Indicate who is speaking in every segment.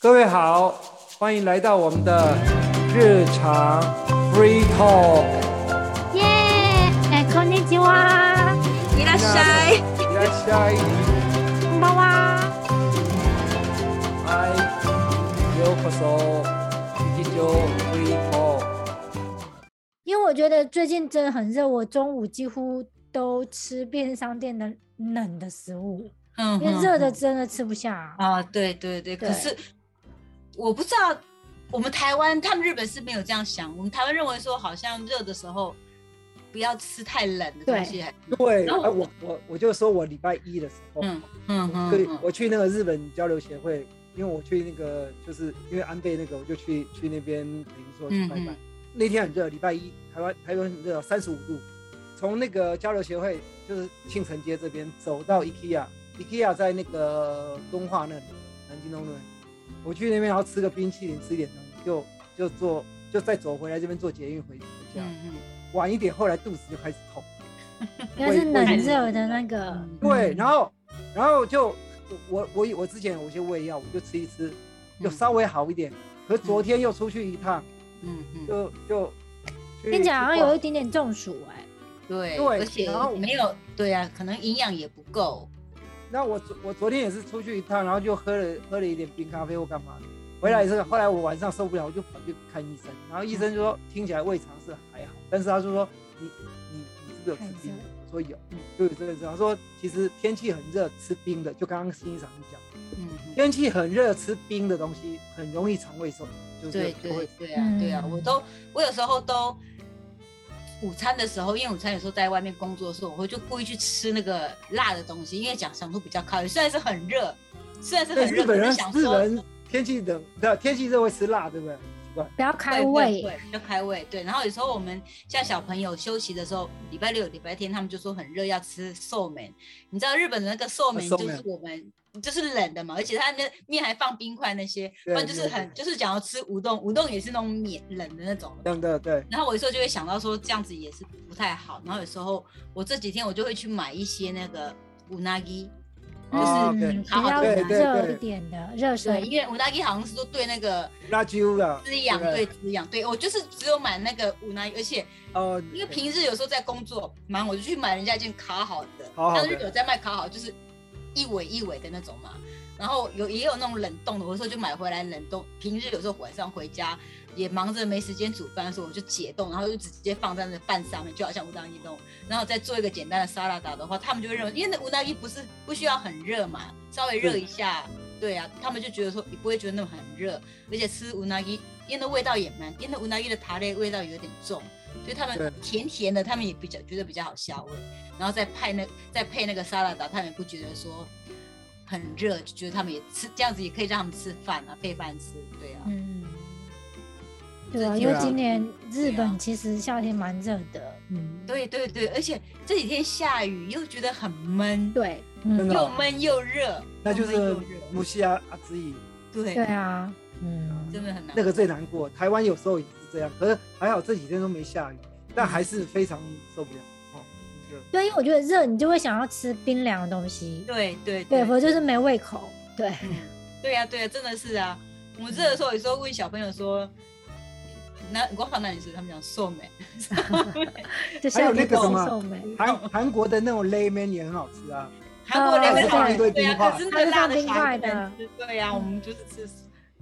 Speaker 1: 各位好，欢迎来到我们的日常 free talk。
Speaker 2: 耶，哎，こんにちは，
Speaker 3: 伊拉塞，
Speaker 1: いらっしゃい。
Speaker 2: こんばんは。
Speaker 1: 嗨，ようこそ。一九 free talk。
Speaker 2: 因为我觉得最近真的很热，我中午几乎都吃便利商店的冷的食物，
Speaker 3: 嗯
Speaker 2: 因为热的
Speaker 3: 哼
Speaker 2: 真的吃不下。
Speaker 3: 哼啊，对对对，
Speaker 2: 对
Speaker 3: 可是我不知道，我们台湾他们日本是没有这样想，我们台湾认为说好像热的时候不要吃太冷的东西，还
Speaker 1: 对，
Speaker 3: 然后
Speaker 1: 哎、我我我就说我礼拜一的时候，
Speaker 3: 嗯嗯嗯
Speaker 1: 对，
Speaker 3: 嗯
Speaker 1: 我去那个日本交流协会，因为我去那个就是因为安倍那个，我就去去那边等于说去
Speaker 3: 嗯
Speaker 1: 拜拜。
Speaker 3: 嗯，
Speaker 1: 那天很热，礼拜一台湾台湾很热，三十五度。从那个交流协会就是庆城街这边走到 IKEA，IKEA 在那个东化那里，南京东路那里。我去那边然后吃个冰淇淋，吃一点东西，就就坐就再走回来这边坐捷运回回家。
Speaker 3: 嗯
Speaker 1: 晚一点后来肚子就开始痛。
Speaker 2: 应该是
Speaker 1: 会
Speaker 2: 冷
Speaker 3: 会
Speaker 2: 热的那个，
Speaker 3: 嗯
Speaker 1: 对，然
Speaker 3: 后
Speaker 1: 后然后就我我我之前有些胃药，我就吃一吃，
Speaker 2: 嗯
Speaker 1: 就稍微好一点。可昨天又出去一趟，
Speaker 3: 嗯嗯嗯，
Speaker 1: 就就去
Speaker 2: 听起来好像
Speaker 1: 去逛
Speaker 2: 有一点点中暑哎、
Speaker 3: 对，
Speaker 1: 对
Speaker 3: 而且
Speaker 1: 然后
Speaker 3: 没有对啊，可能营养也不够，
Speaker 1: 那我昨我昨天也是出去一趟，然后就喝了喝了一点冰咖啡或干嘛的，回
Speaker 2: 嗯
Speaker 1: 来之后，后来我晚上受不了，我就跑去看医生，然后医生就说听起来胃肠是还好，但是他就说你你你是不是有吃冰的？我说有，
Speaker 2: 嗯
Speaker 1: 就有这个症状。他说其实天气很热，吃冰的，就刚刚欣赏你讲，
Speaker 3: 嗯，嗯
Speaker 1: 天气很热吃冰的东西很容易肠胃受，就是
Speaker 3: 对
Speaker 1: 就会
Speaker 3: 对对啊，对啊，
Speaker 2: 嗯
Speaker 3: 我都我有时候都午餐的时候，因为午餐有时候在外面工作的时候，我会就故意去吃那个辣的东西，因为讲想说比较靠，虽然是很热，虽然是
Speaker 1: 对
Speaker 3: 很
Speaker 1: 日
Speaker 3: 热，
Speaker 1: 本
Speaker 3: 可
Speaker 1: 人
Speaker 3: 是想
Speaker 1: 日
Speaker 3: 说
Speaker 1: 本人天气冷，对天气热会吃辣，对不对？奇怪，
Speaker 2: 不要
Speaker 3: 对
Speaker 2: 开
Speaker 3: 对
Speaker 2: 胃。
Speaker 3: 对，要开胃，对。然后有时候我们像小朋友休息的时候，礼拜六、礼拜天他们就说很热，要吃寿面。你知道日本的那个寿面
Speaker 1: 呃寿
Speaker 3: 就
Speaker 1: 面
Speaker 3: 是我们。就是冷的嘛，而且它那面还放冰块那些，不
Speaker 1: 对
Speaker 3: 然就是
Speaker 1: 对
Speaker 3: 很
Speaker 1: 对
Speaker 3: 就是讲要吃乌冬，乌冬也是那种面冷的那种，
Speaker 1: 这样的对，
Speaker 3: 然后我有时候就会想到说这样子也是不太好，然后有时候我这几天我就会去买一些那个乌拉吉，就是
Speaker 1: 哦对
Speaker 2: 嗯，比
Speaker 3: 好好
Speaker 2: 较
Speaker 3: 的
Speaker 1: 对对
Speaker 2: 热
Speaker 1: 对
Speaker 2: 一点的热
Speaker 3: 对，
Speaker 2: 水，
Speaker 3: 因为乌拉吉好像是说对那个
Speaker 1: 辣椒啊了，
Speaker 3: 滋养，对
Speaker 1: 对
Speaker 3: 滋养，对我就是只有买那个乌拉吉，而且
Speaker 1: 哦，
Speaker 3: 因为平日有时候在工作忙，我就去买人家一件烤好的，
Speaker 1: 烤好的
Speaker 3: 像日本有在卖烤好，就是一尾一尾的那种嘛。然后有也有那种冷冻的，我有时候就买回来冷冻。平日有时候晚上回家也忙着没时间煮饭的时候，我就解冻，然后就直接放在那饭上面，就好像乌当一弄，然后再做一个简单的沙拉达的话，他们就会认为，因为那乌当一不是不需要很热嘛，稍微热一下，对啊，他们就觉得说也不会觉得那么很热，而且吃乌当一，因为那味道也蛮，因为那乌当一的塔类味道有点重，所以他
Speaker 1: 对
Speaker 3: 们甜甜的，他们也比较觉得比较好下胃，然后再配那再配那个沙拉达，他们也不觉得说很热，就觉得他们也吃这样子也可以让他们吃饭啊，配饭吃，对啊，
Speaker 2: 嗯，对啊，
Speaker 3: 对
Speaker 2: 因为
Speaker 1: 啊
Speaker 2: 今年日
Speaker 3: 对啊
Speaker 2: 本其实夏天蛮热的，嗯，
Speaker 3: 对对对，而且这几天下雨又觉得很闷，
Speaker 2: 对，
Speaker 1: 真
Speaker 2: 嗯
Speaker 1: 的，哦
Speaker 3: 又闷又热，
Speaker 1: 那就
Speaker 3: 又
Speaker 1: 是
Speaker 3: 闷又热
Speaker 1: 木西亚阿兹伊，
Speaker 3: 对
Speaker 2: 对啊，嗯，
Speaker 3: 真的很难
Speaker 1: 那个最难过。台湾有时候也是这样，可是还好这几天都没下雨，但还是非常受不了哦。
Speaker 3: 嗯
Speaker 1: 这个
Speaker 2: 对，因为我觉得热，你就会想要吃冰凉的东西，
Speaker 3: 对对
Speaker 2: 对，我就是没胃口，对，
Speaker 3: 对呀、对呀、真的是啊。我们这个时候有时候问小朋友说，那我好难吃，他们讲瘦美，
Speaker 2: 就
Speaker 1: 还有
Speaker 2: 夏
Speaker 1: 那
Speaker 2: 天
Speaker 1: 个
Speaker 2: 都
Speaker 1: 什
Speaker 2: 是
Speaker 1: 么
Speaker 2: 寿眉，
Speaker 1: 韩韩国的那种 l a m e n 也很好吃啊，
Speaker 3: 韩国人
Speaker 2: 哦
Speaker 3: 很好
Speaker 2: 对
Speaker 3: 吃，对呀、
Speaker 1: 对
Speaker 3: 可是那个辣的小孩不能吃，对呀、
Speaker 2: 嗯
Speaker 3: 我们就是吃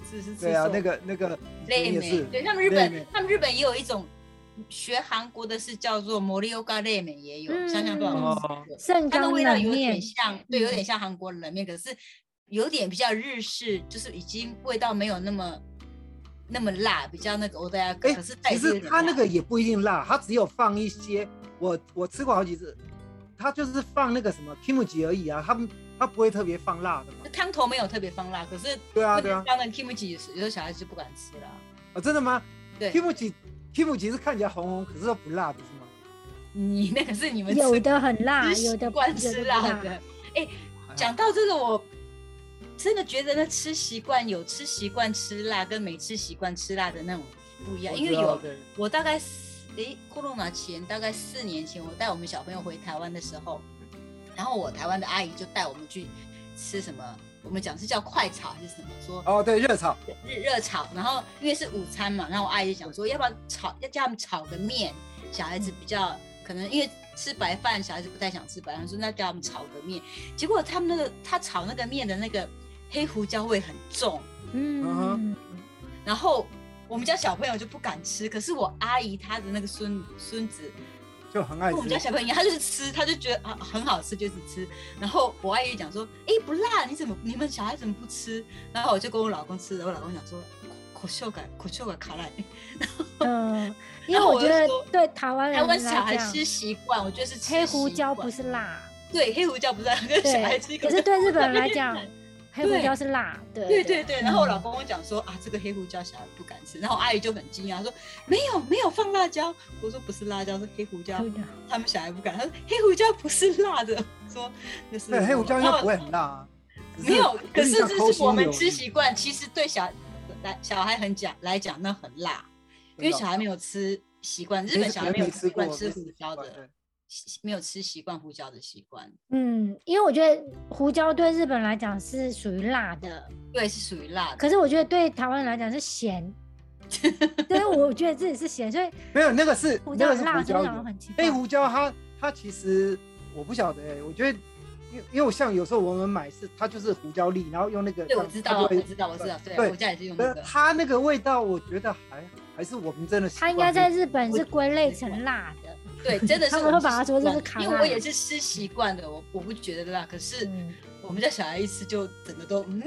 Speaker 3: 吃吃吃
Speaker 1: 对啊，
Speaker 3: 瘦
Speaker 1: 那个那个以前
Speaker 3: 类
Speaker 1: 也
Speaker 3: 美
Speaker 1: 是，，
Speaker 3: 对他们日
Speaker 1: 类美
Speaker 3: 本，他们日本也有一种学韩国的是叫做摩利欧咖类美，也有
Speaker 2: 嗯
Speaker 3: 想想多少
Speaker 1: 哦
Speaker 3: 吃过。
Speaker 2: 盛
Speaker 3: 它的
Speaker 2: 冈
Speaker 3: 味道
Speaker 2: 冷
Speaker 3: 有
Speaker 2: 面
Speaker 3: 点，像，对，有
Speaker 2: 嗯
Speaker 3: 点像韩国冷面，可是有点比较日式，就是已经味道没有那么那么辣，比较那个欧德亚
Speaker 1: 哎
Speaker 3: 可是带
Speaker 1: 其
Speaker 3: 着有
Speaker 1: 实
Speaker 3: 点
Speaker 1: 它那
Speaker 3: 辣
Speaker 1: 个也不一定辣，它只有放一些，我我吃过好几次，它就是放那个什么 kimchi 而已啊，它它不会特别放辣的嘛。
Speaker 3: 汤头没有特别放辣，可是
Speaker 1: 对啊
Speaker 3: 那
Speaker 1: 对啊
Speaker 3: 个，放的 kimchi 有时候小孩子就不敢吃了。
Speaker 1: 哦真的吗？
Speaker 3: 对
Speaker 1: kimchi kimchi 是看起来红红，可是它不辣不是吗？
Speaker 3: 你那个是你们吃
Speaker 2: 有的很辣，
Speaker 3: 只
Speaker 2: 有
Speaker 3: 习
Speaker 2: 的
Speaker 3: 惯
Speaker 2: 有的
Speaker 3: 吃
Speaker 2: 不
Speaker 3: 辣的。哎、
Speaker 1: 好
Speaker 3: 讲到这个，我真的觉得那吃习惯有吃习惯吃辣跟没吃习惯吃辣的那种不一样，
Speaker 1: 我
Speaker 3: 因为
Speaker 1: 知道
Speaker 3: 有
Speaker 1: 对
Speaker 3: 我大概诶，corona 前大概四年前，我带我们小朋友回台湾的时候，然后我台湾的阿姨就带我们去吃什么我们讲是叫快炒还是什么？说
Speaker 1: 哦，对，热炒，
Speaker 3: 热热炒，然后因为是午餐嘛，然后我阿姨就讲说，要不要炒，要叫他们炒个面，小孩子比较可能因为吃白饭，小孩子不太想吃白饭，说那叫他们炒个面。结果他们那个他炒那个面的那个黑胡椒味很重，
Speaker 1: 嗯
Speaker 2: 嗯，
Speaker 3: 然后我们家小朋友就不敢吃，可是我阿姨她的那个孙孙子，
Speaker 1: 就很爱
Speaker 3: 跟我们家
Speaker 1: 吃。
Speaker 3: 小朋友一样，他就是吃，他就觉得啊很好吃，就是吃。然后我阿姨讲说，哎、不辣，你怎么你们小孩怎么不吃？然后我就跟我老公吃，然后我老公讲说。口秀感，口秀感卡来。
Speaker 2: 嗯，因为
Speaker 3: 然后
Speaker 2: 我
Speaker 3: 我
Speaker 2: 觉
Speaker 3: 就
Speaker 2: 得
Speaker 3: 说
Speaker 2: 对台湾
Speaker 3: 台
Speaker 2: 人来
Speaker 3: 湾小孩
Speaker 2: 讲，
Speaker 3: 吃习惯，我觉得是吃
Speaker 2: 黑胡
Speaker 3: 习
Speaker 2: 椒
Speaker 3: 惯
Speaker 2: 不是辣，
Speaker 3: 对黑胡椒 不是跟小孩
Speaker 2: 对
Speaker 3: 吃一，个。
Speaker 2: 可是对日本人来讲，黑胡
Speaker 3: 对
Speaker 2: 椒是辣，对
Speaker 3: 对对对，然后我老
Speaker 2: 嗯
Speaker 3: 公跟我讲说啊，这个黑胡椒小孩不敢吃，然后我阿姨就很惊讶说没有没有放辣椒，我说不是辣椒是黑胡椒
Speaker 2: 对，的
Speaker 3: 他们小孩不敢，他说黑胡椒不是辣的，我说那是
Speaker 1: 对，黑胡椒应
Speaker 3: 然
Speaker 1: 该
Speaker 3: 后
Speaker 1: 不会很辣啊。只
Speaker 3: 没有，可是
Speaker 1: 有点像
Speaker 3: 这
Speaker 1: 抠
Speaker 3: 是
Speaker 1: 心
Speaker 3: 我们
Speaker 1: 油
Speaker 3: 吃习惯，其实对小来小孩很讲来讲那很辣，因为
Speaker 1: 真的
Speaker 3: 小孩没有吃习惯，日
Speaker 1: 没
Speaker 3: 本
Speaker 1: 吃
Speaker 3: 小孩
Speaker 1: 没
Speaker 3: 没有
Speaker 1: 吃过
Speaker 3: 习惯吃
Speaker 1: 没
Speaker 3: 胡
Speaker 1: 吃
Speaker 3: 椒
Speaker 1: 过
Speaker 3: 的
Speaker 1: 对，
Speaker 3: 习没有吃习惯胡椒的习惯，
Speaker 2: 嗯，因为我觉得胡椒对日本来讲是属于辣的，
Speaker 3: 对，是属于辣的。
Speaker 2: 可是我觉得对台湾人来讲是咸，所以我觉得自己是咸，所以
Speaker 1: 没有那个是
Speaker 2: 胡
Speaker 1: 那
Speaker 2: 椒
Speaker 1: 个
Speaker 2: 很
Speaker 1: 是
Speaker 2: 辣，
Speaker 1: 胡
Speaker 2: 真
Speaker 1: 椒
Speaker 2: 的
Speaker 1: 油。
Speaker 2: 很奇怪
Speaker 1: 哎黑。胡椒它它其实我不晓得哎、我觉得因为因为我像有时候我们买是它就是胡椒粒，然后用那个
Speaker 3: 对，我
Speaker 1: 它
Speaker 3: 知
Speaker 1: 它
Speaker 3: 道，
Speaker 1: 就
Speaker 3: 我
Speaker 1: 会
Speaker 3: 知道，我知道，对，
Speaker 1: 对
Speaker 3: 我家也是用那
Speaker 1: 但
Speaker 3: 个。
Speaker 1: 它那个味道我觉得还还是我们真的习惯
Speaker 2: 它应
Speaker 1: 不
Speaker 2: 该
Speaker 1: 了。
Speaker 2: 在日本
Speaker 3: 我
Speaker 2: 是归类
Speaker 3: 习
Speaker 2: 成
Speaker 3: 惯
Speaker 2: 辣的，
Speaker 3: 对，真的是
Speaker 2: 他们
Speaker 3: 我
Speaker 2: 会
Speaker 3: 吃
Speaker 2: 把它
Speaker 3: 习
Speaker 2: 说这
Speaker 3: 惯
Speaker 2: 是卡
Speaker 3: 因为
Speaker 2: 拉
Speaker 3: 我也是吃习惯的，我我不觉得辣，可是
Speaker 2: 嗯，
Speaker 3: 我们家小孩一吃就整个都嗯，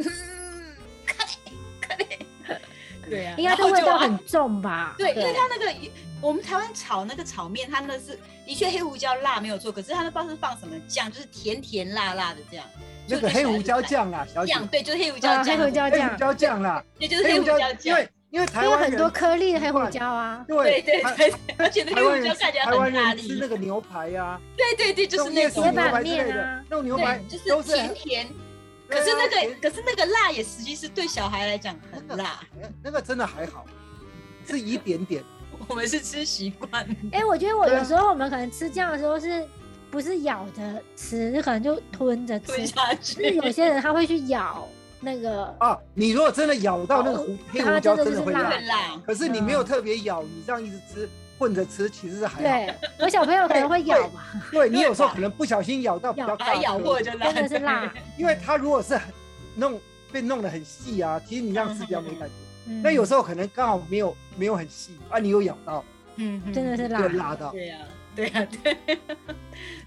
Speaker 3: 卡嘞卡嘞， 对啊，
Speaker 2: 应该
Speaker 3: 然
Speaker 2: 是
Speaker 3: 后
Speaker 2: 味
Speaker 3: 就
Speaker 2: 道
Speaker 3: 啊
Speaker 2: 很重吧？
Speaker 3: 对，因为它那个我们台湾炒那个炒面，它那是的确黑胡椒辣没有错，可是它那不知道是放什么酱，就是甜甜辣辣的这样，
Speaker 1: 那个黑胡椒酱啦，小姐，
Speaker 3: 酱对，就是黑胡椒
Speaker 2: 啊
Speaker 3: 酱，
Speaker 2: 黑胡椒
Speaker 1: 黑胡
Speaker 2: 酱，
Speaker 1: 椒酱啦，
Speaker 3: 对，就是 黑胡椒
Speaker 1: 因
Speaker 3: 酱
Speaker 1: 为，因为台
Speaker 2: 因为
Speaker 1: 湾
Speaker 2: 很
Speaker 1: 人
Speaker 2: 多颗粒的黑胡
Speaker 1: 习惯
Speaker 2: 椒啊，
Speaker 1: 对
Speaker 3: 对对
Speaker 1: 台
Speaker 3: 对，而且
Speaker 1: 台
Speaker 3: 那黑
Speaker 1: 湾
Speaker 3: 胡
Speaker 1: 人
Speaker 3: 椒
Speaker 1: 吃
Speaker 3: 看起来
Speaker 1: 台湾
Speaker 3: 很大
Speaker 1: 人吃
Speaker 3: 力
Speaker 1: 那，个牛排呀，
Speaker 3: 对对对，就是
Speaker 1: 中
Speaker 3: 那
Speaker 1: 夜市
Speaker 3: 种
Speaker 2: 铁
Speaker 1: 牛
Speaker 2: 板
Speaker 1: 排之类
Speaker 2: 面
Speaker 1: 的
Speaker 2: 啊，
Speaker 1: 那种牛排
Speaker 3: 对，就
Speaker 1: 都
Speaker 3: 是
Speaker 1: 是
Speaker 3: 甜甜。可
Speaker 1: 对啊
Speaker 3: 是那
Speaker 1: 甜
Speaker 3: 个，可是那个辣也实际是对小孩来讲很辣，
Speaker 1: 那个真的还好，是一点点。
Speaker 3: 我们是吃习惯。
Speaker 2: 哎、我觉得我
Speaker 1: 对啊
Speaker 2: 有时候我们可能吃酱的时候是不是咬着吃，是可能就吞着吃
Speaker 3: 吞，下
Speaker 2: 但是
Speaker 3: 去，
Speaker 2: 有些人他会去咬那个，
Speaker 1: 啊，你如果真的咬到那个胡黑胡椒，
Speaker 2: 哦它真的
Speaker 1: 真的
Speaker 2: 就是
Speaker 1: 会
Speaker 2: 辣嗯
Speaker 1: 辣
Speaker 3: 会。辣。
Speaker 1: 可是你没有特别咬，你这样一直吃混着吃，其实是还好。
Speaker 2: 对我小朋友可能会咬吧，
Speaker 1: 对你有时候可能不小心咬到比较
Speaker 2: 咬
Speaker 3: 把
Speaker 1: 大
Speaker 3: 它咬
Speaker 1: 颗
Speaker 3: 破就辣，
Speaker 2: 真的是辣。
Speaker 1: 因为它如果是很弄被弄得很细啊，其实你这样吃比较没感觉。
Speaker 2: 嗯
Speaker 1: 那有时候可能刚好没有没有很细啊，你有咬到
Speaker 3: 嗯，嗯
Speaker 2: 真的是。
Speaker 1: 就
Speaker 2: 辣，
Speaker 1: 辣到。
Speaker 3: 对呀、啊对呀、对，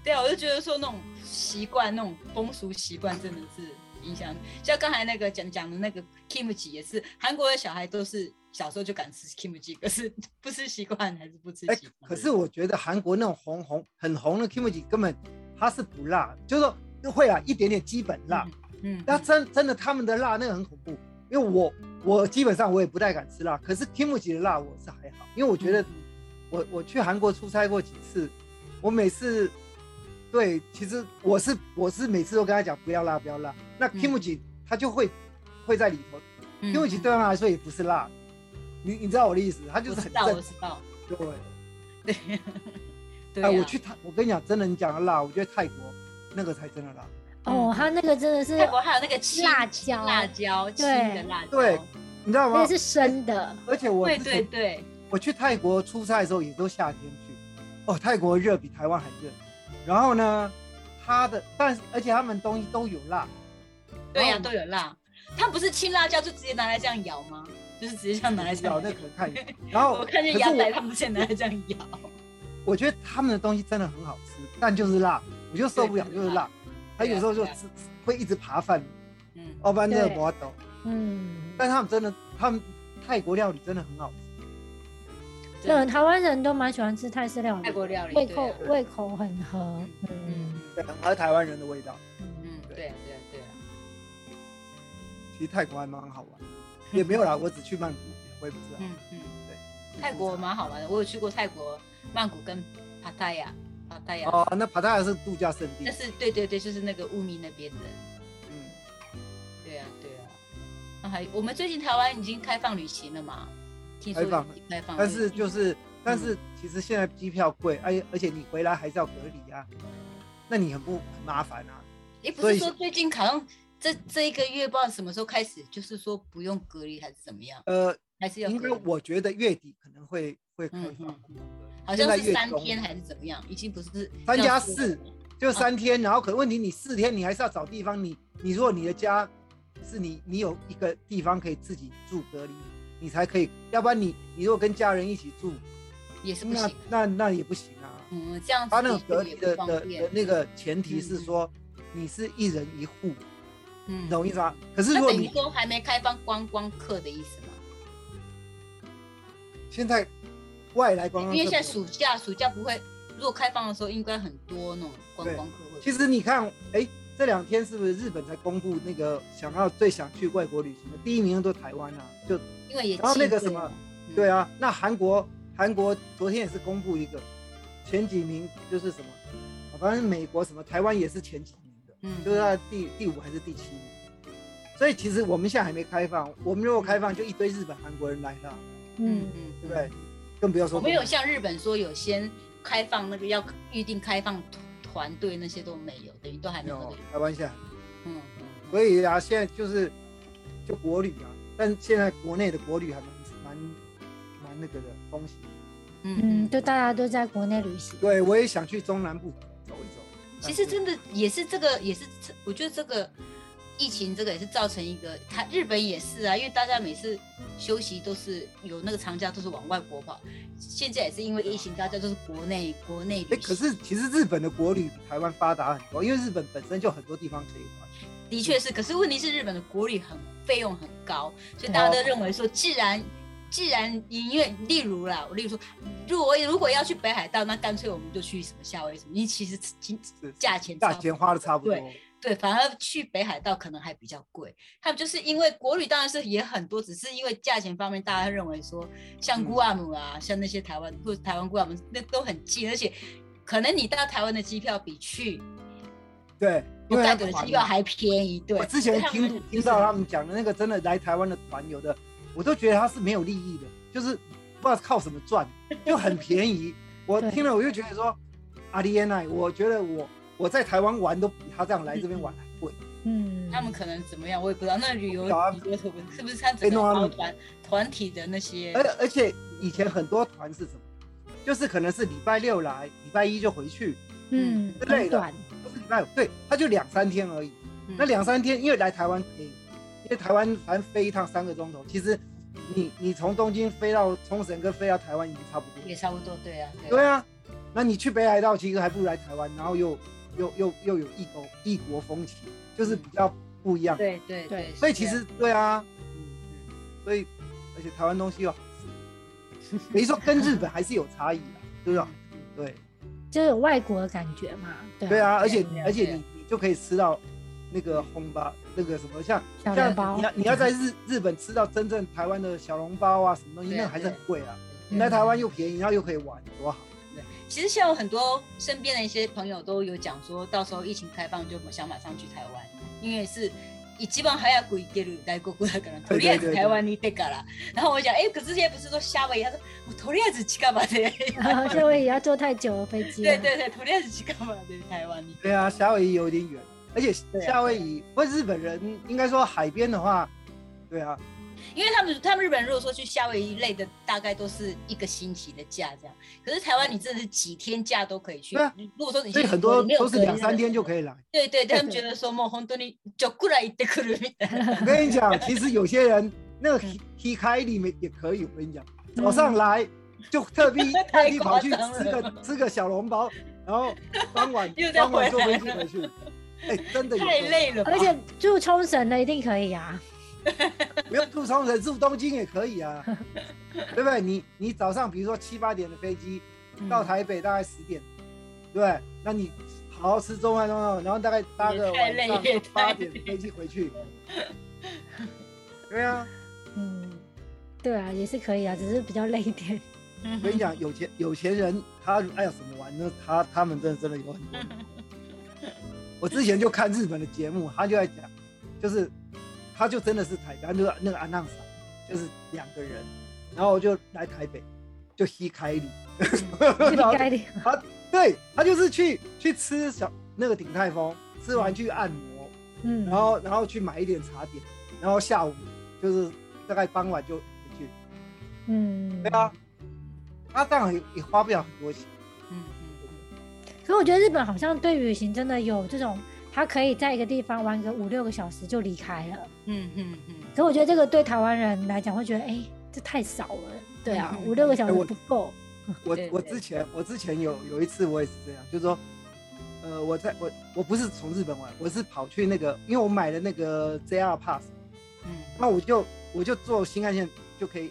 Speaker 3: 对啊，我就觉得说那种习惯、那种风俗习惯真的是影响。像刚才那个讲讲的那个 kimchi 也是，韩国的小孩都是小时候就敢吃 kimchi，可是 不吃习惯还是不吃
Speaker 1: 哎
Speaker 3: 习惯。
Speaker 1: 可是我觉得韩国那种红红很红的 kimchi 根本它是不辣，就是说会啊一点点基本辣，
Speaker 3: 嗯，
Speaker 1: 那真真的他们的辣那个很恐怖，因为我我基本上我也不太敢吃辣，可是 kimchi 的辣我是还好，因为我觉
Speaker 3: 嗯
Speaker 1: 得我我去韩国出差过几次，我每次对，其实我是我是每次都跟他讲不要辣不要辣，那
Speaker 3: 嗯
Speaker 1: kimchi 他就会会在里头
Speaker 3: 嗯
Speaker 1: ，kimchi 对他们来说也不是辣，你你知道我的意思，他就
Speaker 3: 我
Speaker 1: 是
Speaker 3: 知
Speaker 1: 很
Speaker 3: 道，我
Speaker 1: 正
Speaker 3: 知道，
Speaker 1: 对。
Speaker 3: 对，啊对、啊
Speaker 1: 哎，我去泰，我跟你讲，真的，你讲的辣，我觉得泰国那个才真的辣。
Speaker 2: 哦，他那个真的是
Speaker 3: 泰国还有那个青
Speaker 2: 辣椒
Speaker 3: 辣椒，青的辣椒，
Speaker 1: 对，你知道
Speaker 2: 那
Speaker 1: 吗
Speaker 2: 个？是生的，
Speaker 1: 而且我
Speaker 3: 对
Speaker 1: 之
Speaker 3: 对
Speaker 1: 前
Speaker 3: 对，
Speaker 1: 我去泰国出差的时候也都夏天去，哦，泰国热比台湾还热。然后呢，它的，但是而且他们东西都有辣，
Speaker 3: 对呀、
Speaker 1: 然后
Speaker 3: 都有辣。它不是青辣椒，就直接拿来这样咬吗？就是直接这样拿来这样
Speaker 1: 咬那可 看。然后
Speaker 3: 我看见
Speaker 1: 哦可是
Speaker 3: 牙仔
Speaker 1: 我
Speaker 3: 他们现在这样咬，
Speaker 1: 我觉得他们的东西真的很好吃，但就是辣，我就受不了，
Speaker 3: 对
Speaker 1: 就是辣。他有时候就
Speaker 3: 对啊
Speaker 1: 吃会一直扒饭，
Speaker 3: 嗯，
Speaker 1: 哦，不然真的
Speaker 2: 对
Speaker 1: 不好懂。
Speaker 2: 嗯，
Speaker 1: 但他们真的，他们泰国料理真的很好吃。
Speaker 2: 对，台湾人都蛮喜欢吃泰式料
Speaker 3: 泰
Speaker 2: 理，
Speaker 3: 国料理，
Speaker 2: 胃
Speaker 3: 对
Speaker 2: 口
Speaker 3: 啊
Speaker 2: 胃口很合，嗯
Speaker 3: 嗯
Speaker 1: 对，很合台湾人的味道。
Speaker 3: 嗯，对啊对啊对啊，
Speaker 1: 其实泰国还蛮好玩的，也没有啦，我只去曼谷，我也不知道。
Speaker 3: 嗯嗯，
Speaker 1: 对
Speaker 3: 泰国？蛮好玩的，我有去过泰国曼谷跟帕泰亚，帕泰亚，
Speaker 1: 哦，那帕塔亚是度假胜
Speaker 3: 那
Speaker 1: 地。
Speaker 3: 是对对对，就是那个乌米那边的，
Speaker 1: 嗯，
Speaker 3: 对啊对啊，那还我们最近台湾已经开放旅行了嘛，听说
Speaker 1: 开放
Speaker 3: 已经开放了，嗯
Speaker 1: 但是就是，但是其实现在机票贵，而而且你回来还是要隔离啊，那你很不很麻烦啊。
Speaker 3: 也不
Speaker 1: 所
Speaker 3: 是
Speaker 1: 以
Speaker 3: 说最近好像这这一个月不知道什么时候开始，就是说不用隔离还是怎么样，
Speaker 1: 呃，
Speaker 3: 还是要
Speaker 1: 应
Speaker 3: 隔
Speaker 1: 该
Speaker 3: 离
Speaker 1: 我觉得月底可能会会开
Speaker 3: 嗯
Speaker 1: 放，
Speaker 3: 好
Speaker 1: 现
Speaker 3: 像
Speaker 1: 在
Speaker 3: 是
Speaker 1: 月
Speaker 3: 三
Speaker 1: 中
Speaker 3: 天还是怎么样，已经不是
Speaker 1: 三
Speaker 3: 要
Speaker 1: 加
Speaker 3: 说
Speaker 1: 四
Speaker 3: 了
Speaker 1: 就三天，然后可问题你四天你还是要找地方，你你如果你的家是你你有一个地方可以自己住隔离，你才可以，要不然你你如果跟家人一起住，
Speaker 3: 也是不
Speaker 1: 那
Speaker 3: 行。
Speaker 1: 那那也不行啊。
Speaker 3: 嗯，这样子
Speaker 1: 他那
Speaker 3: 也
Speaker 1: 个隔离
Speaker 3: 也
Speaker 1: 的
Speaker 3: 不方
Speaker 1: 的的
Speaker 3: 便。
Speaker 1: 那个前提是
Speaker 3: 嗯嗯
Speaker 1: 说你是一人一户，
Speaker 3: 嗯
Speaker 1: 你，懂我意思吗？可是
Speaker 3: 那
Speaker 1: 如果
Speaker 3: 等于
Speaker 1: 你
Speaker 3: 说还没开放观光客的意思嘛？
Speaker 1: 现在外来观光客，
Speaker 3: 因为现在暑假，暑假不会，如果开放的时候，应该很多那种观光客会。
Speaker 1: 其实你看，哎、这两天是不是日本才公布那个想要最想去外国旅行的第一名都台湾啊？就
Speaker 3: 因为也
Speaker 1: 然后那个什
Speaker 3: 忌讳
Speaker 1: 么
Speaker 3: 嘛，嗯
Speaker 1: 对，啊，那韩国韩国昨天也是公布一个前几名，就是什么，啊反正美国什么台湾也是前几名的，
Speaker 3: 嗯，
Speaker 1: 啊就是在第第五还是第七名。所以其实我们现在还没开放，我们如果开放，就一堆日本、韩国人来了，
Speaker 2: 嗯，
Speaker 3: 嗯，
Speaker 1: 对不对？更不要说
Speaker 3: 我们有像日本说有先开放那个要预定开放团团队那些都没有，等于都还没
Speaker 1: 没
Speaker 3: 有那
Speaker 1: 有
Speaker 3: 个。
Speaker 1: 台湾现在。
Speaker 3: 嗯，嗯
Speaker 1: 所以啊，现在就是就国旅啊，但现在国内的国旅还蛮蛮蛮那个的风险。
Speaker 2: 嗯，
Speaker 3: 嗯，
Speaker 2: 就大家都在国内旅行，
Speaker 1: 对，我也想去中南部走一走。
Speaker 3: 其实真
Speaker 1: 的，
Speaker 3: 的也是这个，也是这我觉得这个疫情这个也是造成一个，他日本也是啊，因为大家每次休息都是有那个长假都是往外国跑，现在也是因为疫情，大家都是国内国内
Speaker 1: 哎、
Speaker 3: 旅
Speaker 1: 啊可
Speaker 3: 行，
Speaker 1: 是其实日本的国旅比台湾发达很多，因为日本本身就很多地方可以玩。
Speaker 3: 的确是，可是问题是日本的国旅很费用很高，所以
Speaker 1: 哦
Speaker 3: 大家都认为说，既然既然因为例如啦，我例如说，如果如果要去北海道，那干脆我们就去什么夏威夷什么，因为其实金
Speaker 1: 是
Speaker 3: 价钱差
Speaker 1: 价
Speaker 3: 不
Speaker 1: 钱
Speaker 3: 多
Speaker 1: 花的差不多，
Speaker 3: 对，反而去北海道可能还比较贵。他们就是因为国旅当然是也很多，只是因为价钱方面，大家认为说像
Speaker 1: 嗯
Speaker 3: 古阿姆啊，像那些台湾或者台湾古阿姆那都很近，而且可能你到台湾的机票比去
Speaker 1: 对，因
Speaker 3: 我
Speaker 1: 为
Speaker 3: 带
Speaker 1: 他
Speaker 3: 的
Speaker 1: 们
Speaker 3: 机
Speaker 1: 团
Speaker 3: 票
Speaker 1: 嘛。
Speaker 3: 还便宜。对，
Speaker 1: 我之
Speaker 3: 所以
Speaker 1: 前
Speaker 3: 他们
Speaker 1: 听
Speaker 3: 就
Speaker 1: 听
Speaker 3: 是
Speaker 1: 到他们讲的那个，真的来台湾的团游的，我都觉得他是没有利益的，就是不知道靠什么赚，就很便宜。我
Speaker 2: 对
Speaker 1: 听了我就觉得说，阿丽安奈，我觉得我我在台湾玩都比他这样来这边玩还贵。
Speaker 2: 嗯，
Speaker 3: 他们可能怎么样，我也不知道。那旅游
Speaker 1: 我不知道啊
Speaker 3: 旅游是不是他
Speaker 1: 被
Speaker 3: 整
Speaker 1: 弄到
Speaker 3: 个
Speaker 1: 那哎么
Speaker 3: 包团团体的那些
Speaker 1: 而？而且以前很多团是什么，就是可能是礼拜六来，礼拜一就回去，
Speaker 2: 嗯
Speaker 1: 之类
Speaker 2: 很
Speaker 1: 的
Speaker 2: 短，
Speaker 1: 不是礼拜五，对，他就两三天而已。
Speaker 3: 嗯
Speaker 1: 那两三天，因为来台湾可以，因为台湾反正飞一趟三个钟头，其实你你从东京飞到冲绳跟飞到台湾已经差不多了。
Speaker 3: 也差不多，对啊，
Speaker 1: 对
Speaker 3: 啊，
Speaker 1: 啊，那你去北海道其实还不如来台湾，然后又又又又有异国异国风情，就是比较不一样。，
Speaker 3: 对对对。
Speaker 1: 所以其
Speaker 3: 是
Speaker 1: 实对啊，
Speaker 3: 啊嗯嗯
Speaker 1: 所以而且台湾东西又好 吃，等于说跟日本还是有差异的，对吧？对
Speaker 2: 就有外国的感觉嘛，对
Speaker 1: 对啊，而且
Speaker 3: 对啊
Speaker 1: 而且
Speaker 3: 对啊
Speaker 1: 你你就可以吃到那个烘吧，那个什么像
Speaker 2: 小
Speaker 1: 像
Speaker 2: 笼包
Speaker 1: 你要你要在日日本吃到真正台湾的小笼包啊，什么东西，
Speaker 3: 对啊
Speaker 1: 那个还是很贵啊。你
Speaker 2: 嗯
Speaker 1: 来台湾又便宜，然后又可以玩，多好。
Speaker 3: 其实现在有很多身边的一些朋友都有讲说，到时候疫情开放就想马上去台湾，因为是一番早く行ける外国だから、とりあえず台湾に行ってから。然后我讲，哎，可是现在不是说夏威夷，他说我とりあえず近場で，
Speaker 2: 然
Speaker 1: 啊
Speaker 2: 后夏威夷要坐太久的飞机，啊
Speaker 3: 对，对对，とりあえず近場で台湾に。
Speaker 1: 对啊，夏威夷有点远，而且
Speaker 3: 对啊
Speaker 1: 夏威夷不是日本人，应该说海边的话，对啊，
Speaker 3: 因为他们他们日本人如果说去夏威夷类的，大概都是一个星期的假这样。可是台湾你真的是几天假都可以去。
Speaker 1: 对啊
Speaker 3: 如果说你
Speaker 1: 所以
Speaker 3: 去
Speaker 1: 很多
Speaker 3: 没有
Speaker 1: 都是
Speaker 3: 隔离
Speaker 1: 两三天就
Speaker 3: 以。
Speaker 1: 可以来。
Speaker 3: 对对， 他们觉得说もう本当にちょっくらい行ってくるみたいな。
Speaker 1: 我跟你讲，其实有些人那个
Speaker 3: 嗯
Speaker 1: T 开里面也可以，我跟你讲，早上来就特 地特
Speaker 3: 太
Speaker 1: 地
Speaker 3: 夸
Speaker 1: 跑去
Speaker 3: 张
Speaker 1: 吃个吃个小笼包，然后傍晚
Speaker 3: 又再
Speaker 1: 傍晚坐
Speaker 3: 回
Speaker 1: 飞
Speaker 3: 来
Speaker 1: 机
Speaker 3: 了
Speaker 1: 回去。哎、真的有
Speaker 3: 太
Speaker 1: 这种
Speaker 3: 累了吧，
Speaker 2: 而且住冲绳的一定可以啊，
Speaker 1: 不用住冲绳，住东京也可以 啊，对不对？你你早上比如说七八点的飞机
Speaker 3: 嗯
Speaker 1: 到台北大概十点，对不对？那你好好吃中饭中饭，然后大概搭个
Speaker 3: 也太
Speaker 1: 晚
Speaker 3: 累
Speaker 1: 上
Speaker 3: 也
Speaker 1: 八
Speaker 3: 太
Speaker 1: 点
Speaker 3: 累
Speaker 1: 飞机回去。对啊，
Speaker 2: 嗯，对啊，也是可以啊，只是比较累一点，
Speaker 3: 嗯
Speaker 1: 我跟你讲，有钱有钱人他爱怎么玩呢？他他们真的真的有很多。我之前就看日本的节目，他就在讲，就是他就真的是台北，他就那个安浪嫂，就是两个人，然后我就来台北，就西开里， 然后
Speaker 2: 应该的，
Speaker 1: 他对他就是去去吃小那个鼎泰丰，吃完去按摩，
Speaker 2: 嗯，
Speaker 1: 然后然后去买一点茶点，然后下午就是大概傍晚就回去。
Speaker 2: 嗯，
Speaker 1: 对啊，，他当然也也花不了很多钱。
Speaker 3: 嗯嗯
Speaker 2: 可我觉得日本好像对旅行真的有这种，他可以在一个地方玩个五六个小时就离开了。
Speaker 3: 嗯嗯嗯
Speaker 2: 可我觉得这个对台湾人来讲会觉得，哎、这太少了。对啊，
Speaker 3: 嗯
Speaker 2: 五六个小时
Speaker 1: 哎我
Speaker 2: 不够。
Speaker 1: 我
Speaker 3: 对
Speaker 1: 我
Speaker 3: 对
Speaker 1: 之前我之前有有一次我也是这样，就是说，呃，我在我我不是从日本玩，我是跑去那个，因为我买了那个 JR Pass，
Speaker 3: 嗯
Speaker 1: 那我就我就坐新干线就可以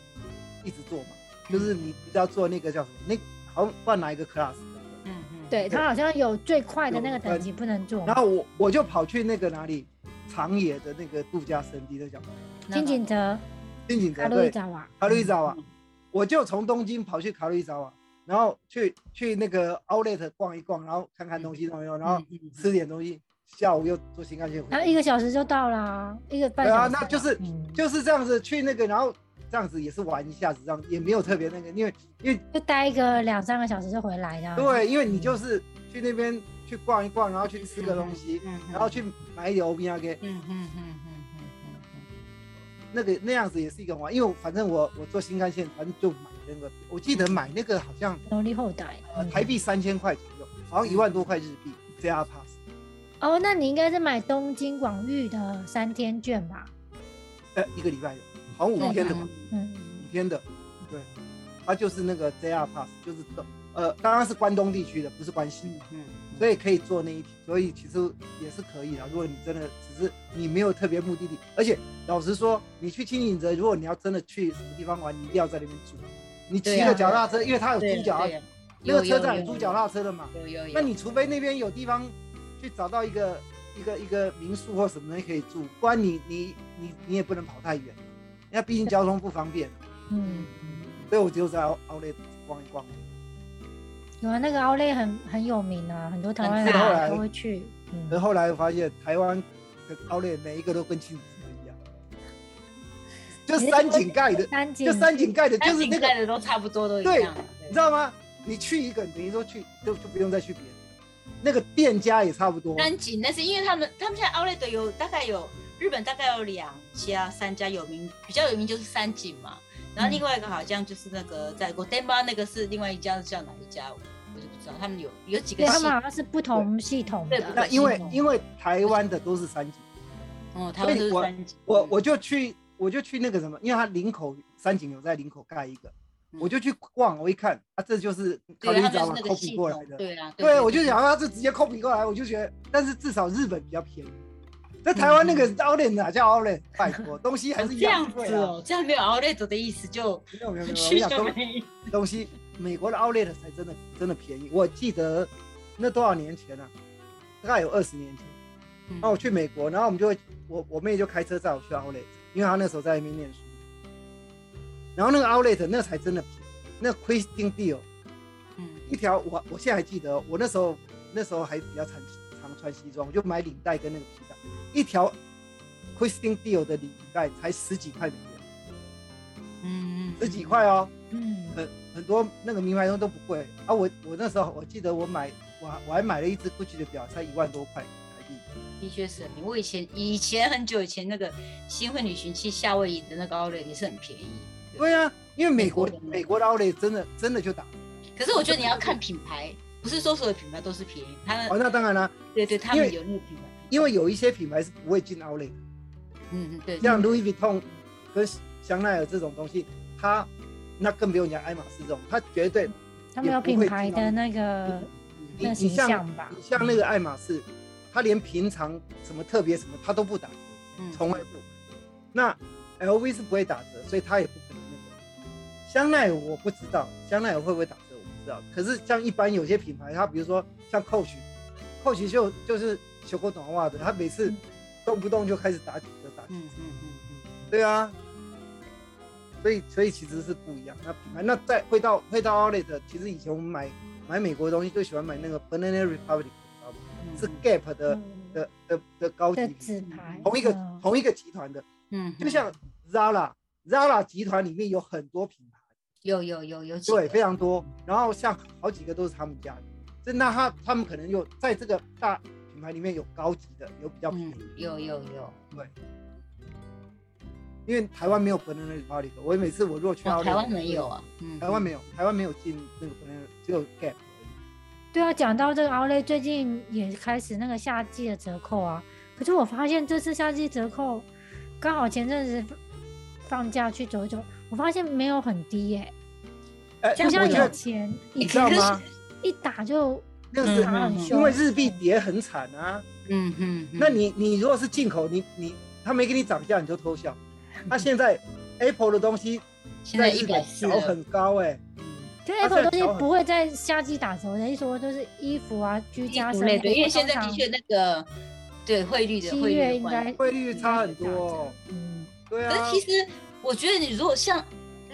Speaker 1: 一直坐嘛，就是你不是要坐那个叫什么，那好像不知道哪一个 class，
Speaker 3: 嗯嗯，
Speaker 2: 对他好像有最快的那个等级不能做
Speaker 3: 哦
Speaker 1: 然，后我我就跑去那个哪里长野的那个度假胜地的叫什么
Speaker 3: 那
Speaker 2: 金
Speaker 3: 个
Speaker 2: 井泽、
Speaker 1: 金井
Speaker 2: 卡
Speaker 1: 泽
Speaker 2: 路伊
Speaker 1: 对
Speaker 2: 扎瓦，
Speaker 1: 卡路伊扎瓦
Speaker 3: 嗯，
Speaker 1: 啊我就从东京跑去卡路伊扎瓦，啊然后去去那个 Outlet 逛一逛，然后看看东西，然后然后
Speaker 3: 嗯嗯
Speaker 1: 吃点东西，下午又坐新干线回
Speaker 2: 然
Speaker 1: 来。
Speaker 2: 后一个小时就到啦，一个半
Speaker 1: 对
Speaker 2: 小时
Speaker 1: 啊
Speaker 2: 啊。，
Speaker 1: 那就是
Speaker 2: 嗯
Speaker 1: 就是这样子去那个，然后这样子也是玩一下子，这样也没有特别那个，因为因为
Speaker 2: 就待一个两三个小时就回来的。
Speaker 1: 对，因为你
Speaker 2: 嗯
Speaker 1: 就是去那边去逛一逛，然后去吃个东西，
Speaker 3: 嗯，
Speaker 1: 然后去买一点 O B R 给
Speaker 3: 嗯嗯嗯嗯嗯嗯
Speaker 1: 那个那样子也是一个玩，因为我反正我我坐新干线，反正就买那个，我记得买那个好像
Speaker 2: 努力后代。
Speaker 1: 呃
Speaker 2: 嗯
Speaker 1: 台币三千块左右，好像一万多块日币 JR Pass。
Speaker 2: 哦，那你应该是买东京广域的三天券吧？
Speaker 1: 呃，一个礼拜的，好像五天的吧，
Speaker 2: 嗯，
Speaker 1: 五天的，对，它就是那个 JR Pass，就是东呃，刚刚是关东地区的，不是关西的，
Speaker 3: 嗯，
Speaker 1: 所以可以坐那一，所以其实也是可以的。如果你真的只是你没有特别目的地，而且老实说，你去清景泽，如果你要真的去什么地方玩，你一定要在那边住。你骑
Speaker 3: 对啊
Speaker 1: 了脚踏车，因为它有
Speaker 3: 对啊
Speaker 1: 租脚踏，
Speaker 3: 对
Speaker 1: 那个车站有租脚踏车的嘛，
Speaker 3: 有有有，
Speaker 1: 那你除非那边有地方去找到一个一个一个民宿或什么东西可以住，不然你你你你也不能跑太远，那毕竟交通不方便。
Speaker 2: 嗯，
Speaker 1: 所以我就在奥奥莱逛一逛。
Speaker 2: 有啊，那个奥莱很很有名啊，很多台湾
Speaker 3: 很
Speaker 1: 大
Speaker 2: 人都会去。
Speaker 1: 可
Speaker 2: 嗯，
Speaker 1: 是后来我发现台湾的奥莱每一个都跟亲子一样，就三井盖的，
Speaker 2: 三井
Speaker 1: 就三井盖的，就
Speaker 3: 但
Speaker 1: 是
Speaker 3: 是
Speaker 1: 那个，
Speaker 3: 盖的都差不多都一样，
Speaker 1: 你知道吗？你去一个，等于说去就就不用再去别的，那个店家也差不多。
Speaker 3: 三井，那是因为他们他们现在 Outlet 有大概有日本大概有两家三家有名，比较有名就是三井嘛，然后另外一个好像就是那个在国天吧，那个是另外一家是叫哪一家，我就不知道，他们有有几个
Speaker 2: 对他
Speaker 3: 系
Speaker 2: 们好像是不同系统
Speaker 3: 对不
Speaker 2: 的
Speaker 3: 同。
Speaker 1: 那因
Speaker 2: 哦
Speaker 1: 为因为台湾的都是三井，
Speaker 3: 哦，他们都是三嗯井，
Speaker 1: 我我就去我就去那个什么，因为它林口三井有在林口盖一个，
Speaker 3: 嗯
Speaker 1: 我就去逛，我一看啊，这就是考
Speaker 3: 对
Speaker 1: 虑
Speaker 3: 他
Speaker 1: 找
Speaker 3: 们
Speaker 1: 嘛
Speaker 3: 是那个
Speaker 1: copy
Speaker 3: 系
Speaker 1: 过来
Speaker 3: 统，
Speaker 1: 的。
Speaker 3: 对啊，
Speaker 1: 对，我就想他就直接 copy 过来，我就觉得，但是至少日本比较便宜。在台湾那个 outlet 哪叫 outlet？拜 托，东西还是一
Speaker 3: 这样
Speaker 1: 贵
Speaker 3: 子
Speaker 1: 啊。
Speaker 3: 嗯哦，这样没有 Outlet 的意思就
Speaker 1: 没有没有没有，我
Speaker 3: 去
Speaker 1: 想
Speaker 3: 就
Speaker 1: 东
Speaker 3: 没
Speaker 1: 东西，美国的 outlet 才真的真的便宜。我记得那多少年前啊，大概有二十年前。然后我去美国，然后我们就会，我我妹就开车载我去 outlet，因为她那时候在那边念书。然后那个 outlet 那才真的便宜，那 Christian Dior
Speaker 3: 嗯
Speaker 1: 一条我我现在还记得哦，我那时候那时候还比较常常穿西装，我就买领带跟那个皮带，一条 Christian Dior 的领带才十几块美元，
Speaker 3: 嗯
Speaker 1: 十几块哦，
Speaker 2: 嗯，
Speaker 1: 很很多那个名牌东西都不贵啊。我我那时候我记得我买我还我还买了一只 GUCCI 的表，才一万多块台币。
Speaker 3: 的确是很便宜。我以前以前很久以前那个新婚旅行去夏威夷的那个 Outlet 也是很便宜。
Speaker 1: 对啊，因为美国
Speaker 3: 美国的
Speaker 1: 美国的 outlet 真的真的就 打，
Speaker 3: 可是我觉得你要看品牌，不是说所有品牌都是便宜，他
Speaker 1: 哦
Speaker 3: 们
Speaker 1: 那当然啦、
Speaker 3: 对对，他们有那个品牌。
Speaker 1: 因为有一些品牌是不会进 outlet，的
Speaker 3: 嗯嗯对，
Speaker 1: 像 Louis Vuitton 跟香奈儿这种东西，它那更不用讲爱马仕这种，它绝对
Speaker 2: 嗯他们有品牌的那个
Speaker 1: 你
Speaker 2: 那
Speaker 1: 你
Speaker 2: 形象
Speaker 1: 像
Speaker 2: 吧
Speaker 1: 你？像那个爱马仕，它连平常什么特别什么它都不打折，
Speaker 3: 嗯
Speaker 1: 从来不。那 LV 是不会打折，所以它也不可能那个。香奈儿我不知道，香奈儿会不会打折我不知道。可是像一般有些品牌，它比如说像 Coach，Coach 就就是修过短袜的，它每次
Speaker 2: 嗯
Speaker 1: 动不动就开始打几折打几折。
Speaker 3: 嗯嗯嗯
Speaker 1: 对啊，所以所以其实是不一样。那品牌，那再回到回到 Outlet，其实以前我们买买美国的东西，最喜欢买那个 Banana Republic，你知道吗
Speaker 3: 嗯，
Speaker 1: 是 Gap 的、
Speaker 2: 嗯
Speaker 1: 的的的高级
Speaker 2: 的
Speaker 1: 品
Speaker 2: 纸牌，
Speaker 1: 同一个、
Speaker 2: 嗯
Speaker 1: 同一个集团的，
Speaker 3: 嗯，
Speaker 1: 就像 Zara、Zara 集团里面有很多品牌，
Speaker 3: 有有有有几
Speaker 1: 对，非常多。然后像好几个都是他们家的，所以那他他们可能有在这个大品品牌里面有高级的，有比较便宜
Speaker 3: 嗯
Speaker 1: 的，，
Speaker 3: 有有有，
Speaker 1: 因为台湾没有 banana republic，我每次我如果去
Speaker 3: 哦，
Speaker 1: 澳洲
Speaker 3: 台湾没有，啊，嗯，
Speaker 1: 台湾没有，台湾没有进那个 banana，只有 gap 而已。
Speaker 2: 对啊，讲到这个 Outlet，最近也开始那个夏季的折扣啊。可是我发现这次夏季折扣，刚好前阵子放假去走一走，我发现没有很低耶、
Speaker 1: 哎、
Speaker 3: 这
Speaker 2: 不
Speaker 3: 样
Speaker 1: 我
Speaker 2: 像
Speaker 1: 觉
Speaker 2: 以
Speaker 1: 得
Speaker 2: 前，
Speaker 1: 你
Speaker 2: 以
Speaker 1: 知道
Speaker 2: 前
Speaker 1: 吗？
Speaker 2: 一打就
Speaker 1: 那
Speaker 3: 嗯
Speaker 1: 是
Speaker 2: 打很凶，
Speaker 1: 因为日币跌很惨啊。
Speaker 3: 嗯嗯，嗯
Speaker 1: 那你你如果是进口，你你他没给你涨价，你就偷笑。那、现在 Apple 的东西
Speaker 3: 现在
Speaker 1: 日
Speaker 3: 一
Speaker 1: 本
Speaker 3: 百四
Speaker 1: 调很高哎、
Speaker 2: 就
Speaker 1: 它虽
Speaker 2: Apple
Speaker 1: 然
Speaker 2: 东西
Speaker 1: 调很
Speaker 2: 不会在夏季打折。我的意思说，就是衣服啊、居
Speaker 3: 衣
Speaker 2: 家
Speaker 3: 服
Speaker 2: 生
Speaker 3: 类
Speaker 2: 活，
Speaker 3: 的，因为现在
Speaker 2: 通
Speaker 3: 的
Speaker 2: 常
Speaker 3: 确那个对汇率的汇
Speaker 2: 七
Speaker 3: 率
Speaker 2: 月
Speaker 3: 的
Speaker 2: 应
Speaker 3: 关
Speaker 2: 该
Speaker 3: 系，
Speaker 1: 汇率差很多
Speaker 2: 应该有
Speaker 1: 哦
Speaker 2: 打折。嗯，
Speaker 1: 对
Speaker 3: 可
Speaker 1: 啊
Speaker 3: 是，其实我觉得你如果像。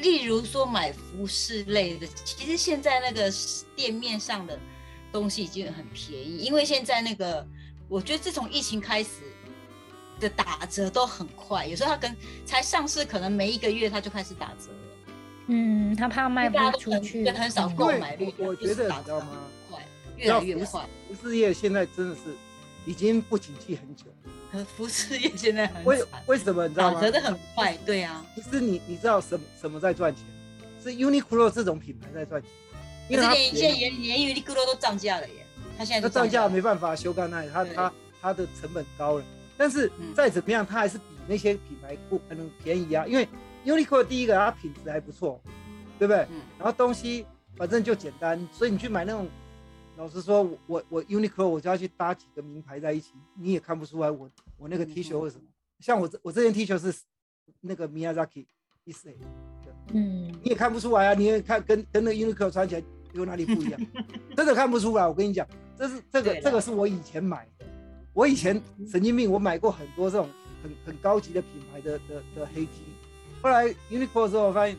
Speaker 3: 例如说买服饰类的，其实现在那个店面上的东西已经很便宜，因为现在那个，我觉得自从疫情开始的打折都很快，有时候它跟才上市，可能没一个月它就开始打折了。
Speaker 2: 嗯，他怕卖
Speaker 3: 因为大
Speaker 2: 不
Speaker 3: 家都
Speaker 2: 出
Speaker 3: 很
Speaker 2: 去，
Speaker 3: 对很少
Speaker 2: 嗯
Speaker 3: 购买率
Speaker 1: 因为，我我
Speaker 3: 就是
Speaker 1: 觉得
Speaker 3: 打
Speaker 1: 你知道
Speaker 3: 折
Speaker 1: 吗
Speaker 3: 快，越来越
Speaker 1: 你知道
Speaker 3: 快。
Speaker 1: 服饰业现在真的是已经不景气很久。
Speaker 3: 服饰业现在很
Speaker 1: 为
Speaker 3: 惨，
Speaker 1: 为什么你知道
Speaker 3: 打
Speaker 1: 吗
Speaker 3: 折？的很快，对啊。
Speaker 1: 其实你你知道什么什么在赚钱？是 Uniqlo 这种品牌在赚钱，因
Speaker 3: 可
Speaker 1: 为
Speaker 3: 是
Speaker 1: 它
Speaker 3: 连现在
Speaker 1: 便宜。
Speaker 3: 连连优衣库都涨价了耶，它现在
Speaker 1: 那
Speaker 3: 都
Speaker 1: 涨价没
Speaker 3: 了
Speaker 1: 办法修改那里，它
Speaker 3: 对
Speaker 1: 它它的成本高了。但是
Speaker 3: 嗯
Speaker 1: 再怎么样，它还是比那些品牌不可能便宜啊。因为 Uniqlo 第一个它品质还不错，对不对？
Speaker 3: 嗯
Speaker 1: 然后东西反正就简单，所以你去买那种，老实说，我我我 Uniqlo 我就要去搭几个名牌在一起，你也看不出来我我那个 T 恤为什么。像我这我这件 T 恤是那个 Miyazaki Issey，
Speaker 2: 嗯，
Speaker 1: 你也看不出来啊，你也看跟跟那 Uniqlo 穿起来有哪里不一 样，真的看不出来。我跟你讲，这是这
Speaker 3: 对
Speaker 1: 个
Speaker 3: 啦
Speaker 1: 这个是我以前买的，我以前神经病，我买过很多这种很很高级的品牌的的的黑 T，后来 Uniqlo 之后发现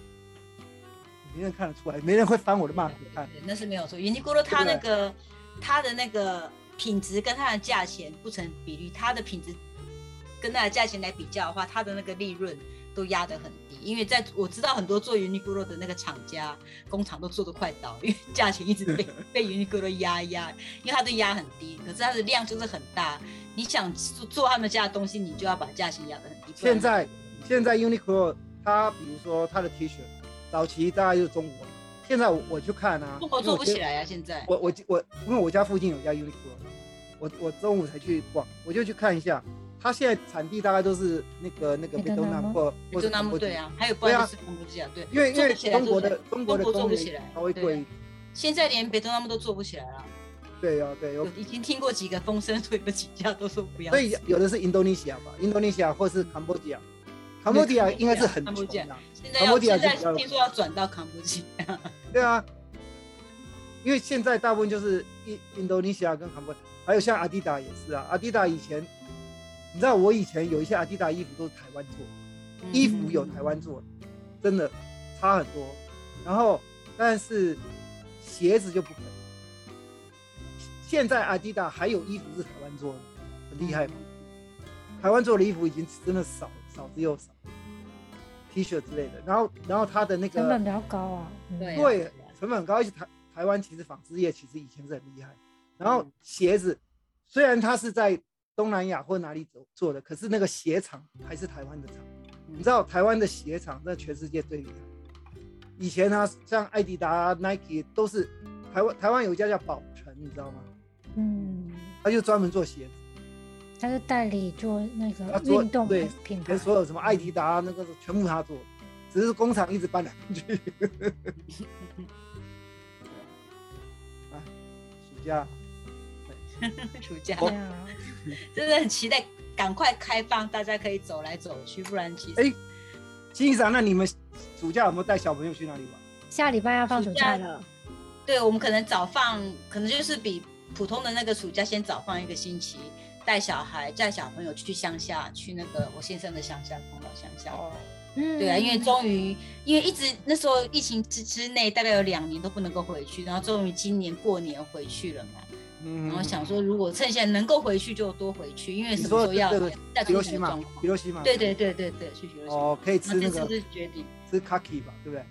Speaker 1: 没人看得出来，没人会翻我的骂给我看。
Speaker 3: 对那是没有错。优衣库它那个它的那个品质跟它的价钱不成比例，它的品质跟它的价钱来比较的话，它的那个利润都压得很低。因为在我知道很多做优衣库的那个厂家工厂都做得快倒，因为 价钱一直 被被优衣库压压，因为它的压很低，可是它的量就是很大。你想做做他们家的东西，你就要把价钱压得很低。不然
Speaker 1: 现在现在 Uniqlo 它比如说它的 T 恤，早期大概就是中国，现在我我去看啊，
Speaker 3: 中国
Speaker 1: 因为
Speaker 3: 做
Speaker 1: 我
Speaker 3: 不
Speaker 1: 觉
Speaker 3: 起
Speaker 1: 得
Speaker 3: 来啊，现在。
Speaker 1: 我我我，因为我家附近有一家 Uniqlo，我我中午才去逛，我就去看一下，它现在产地大概都是那个那个
Speaker 2: 那个
Speaker 1: 贝东
Speaker 2: 南
Speaker 1: 南
Speaker 2: 吗
Speaker 1: 或或
Speaker 3: 就
Speaker 1: 者
Speaker 3: 那么对，啊，还有不
Speaker 1: 对
Speaker 3: 然
Speaker 1: 啊
Speaker 3: 就是柬埔寨，对，
Speaker 1: 因为因
Speaker 3: 做
Speaker 1: 为
Speaker 3: 不起来
Speaker 1: 中国的
Speaker 3: 做不起来
Speaker 1: 中国的
Speaker 3: 中国做
Speaker 1: 工
Speaker 3: 不
Speaker 1: 业
Speaker 3: 起来
Speaker 1: 稍微
Speaker 3: 对啊
Speaker 1: 贵一点，
Speaker 3: 现在连北东他们都做不起来了。
Speaker 1: 对啊对，有
Speaker 3: 我已经听过几个风声，所以有几家都说不要
Speaker 1: 所以
Speaker 3: 做。
Speaker 1: 有的是印度尼西亚吧，印度尼西亚或是坎波吉亚，坎
Speaker 3: 没
Speaker 1: 波
Speaker 3: 有
Speaker 1: 吉亚
Speaker 3: 坎波
Speaker 1: 应该
Speaker 3: 吉
Speaker 1: 是
Speaker 3: 亚
Speaker 1: 很
Speaker 3: 坎波
Speaker 1: 穷
Speaker 3: 吉亚
Speaker 1: 的啊，
Speaker 3: 现在
Speaker 1: 柬
Speaker 3: 要
Speaker 1: 埔寨
Speaker 3: 现
Speaker 1: 就
Speaker 3: 在
Speaker 1: 比较有
Speaker 3: 听说要转到柬埔寨，
Speaker 1: 对啊，因为现在大部分就是印印度尼西亚跟韩国，还有像阿迪达也是啊。阿迪达以前，你知道我以前有一些阿迪达衣服都是台湾做的，衣服有台湾做的，真的差很多。然后但是鞋子就不可以。现在阿迪达还有衣服是台湾做的，很厉害嘛。台湾做的衣服已经真的少少之又少，T 恤之类的。然后然后它的那个
Speaker 2: 成本比较高啊。嗯
Speaker 3: 对啊
Speaker 1: 对，成本很高，而且台台湾其实纺织业其实以前是很厉害。然后
Speaker 3: 嗯
Speaker 1: 鞋子，虽然它是在东南亚或哪里做做的，可是那个鞋厂还是台湾的厂。你知道台湾的鞋厂在全世界最厉害。以前呢、像艾迪达、Nike 都是台湾台湾有一家叫宝城，你知道吗？
Speaker 2: 嗯，
Speaker 1: 他就专门做鞋子，
Speaker 2: 他就代理做那
Speaker 1: 他
Speaker 2: 个
Speaker 1: 做
Speaker 2: 运动
Speaker 1: 对
Speaker 2: 品牌
Speaker 1: 跟，所有什么艾迪达那个全部他做，只是工厂一直搬来搬去。哎，暑假。哎
Speaker 3: 暑假
Speaker 2: 对啊，
Speaker 3: 真的很期待，赶快开放，大家可以走来走去，不然其实
Speaker 1: 哎金医生，那你们暑假有没有带小朋友去哪里玩？
Speaker 2: 下礼拜要放
Speaker 3: 暑
Speaker 2: 暑
Speaker 3: 假
Speaker 2: 假了，
Speaker 3: 对我们可能早放，可能就是比普通的那个暑假先早放一个星期，带小孩带小朋友去乡下，去那个我先生的乡下，空岛乡下。
Speaker 1: 哦，
Speaker 2: 嗯，
Speaker 3: 对啊，因为终于，因为一直那时候疫情之之内，大概有两年都不能够回去，然后终于今年过年回去了嘛。
Speaker 1: 嗯
Speaker 3: 然后想说，如果趁现在能够回去就多回去，因为
Speaker 1: 你
Speaker 3: 什么时
Speaker 1: 说
Speaker 3: 候要
Speaker 1: 这个
Speaker 3: 再
Speaker 1: 比
Speaker 3: 出
Speaker 1: 罗
Speaker 3: 什
Speaker 1: 西
Speaker 3: 么
Speaker 1: 嘛
Speaker 3: 状，况
Speaker 1: 比？罗西嘛，
Speaker 3: 对对对对对，去学习。
Speaker 1: 哦，可以吃
Speaker 3: 那
Speaker 1: 那
Speaker 3: 这
Speaker 1: 个
Speaker 3: 次是决定，
Speaker 1: 吃 kaki 吧，对不对？
Speaker 3: 阿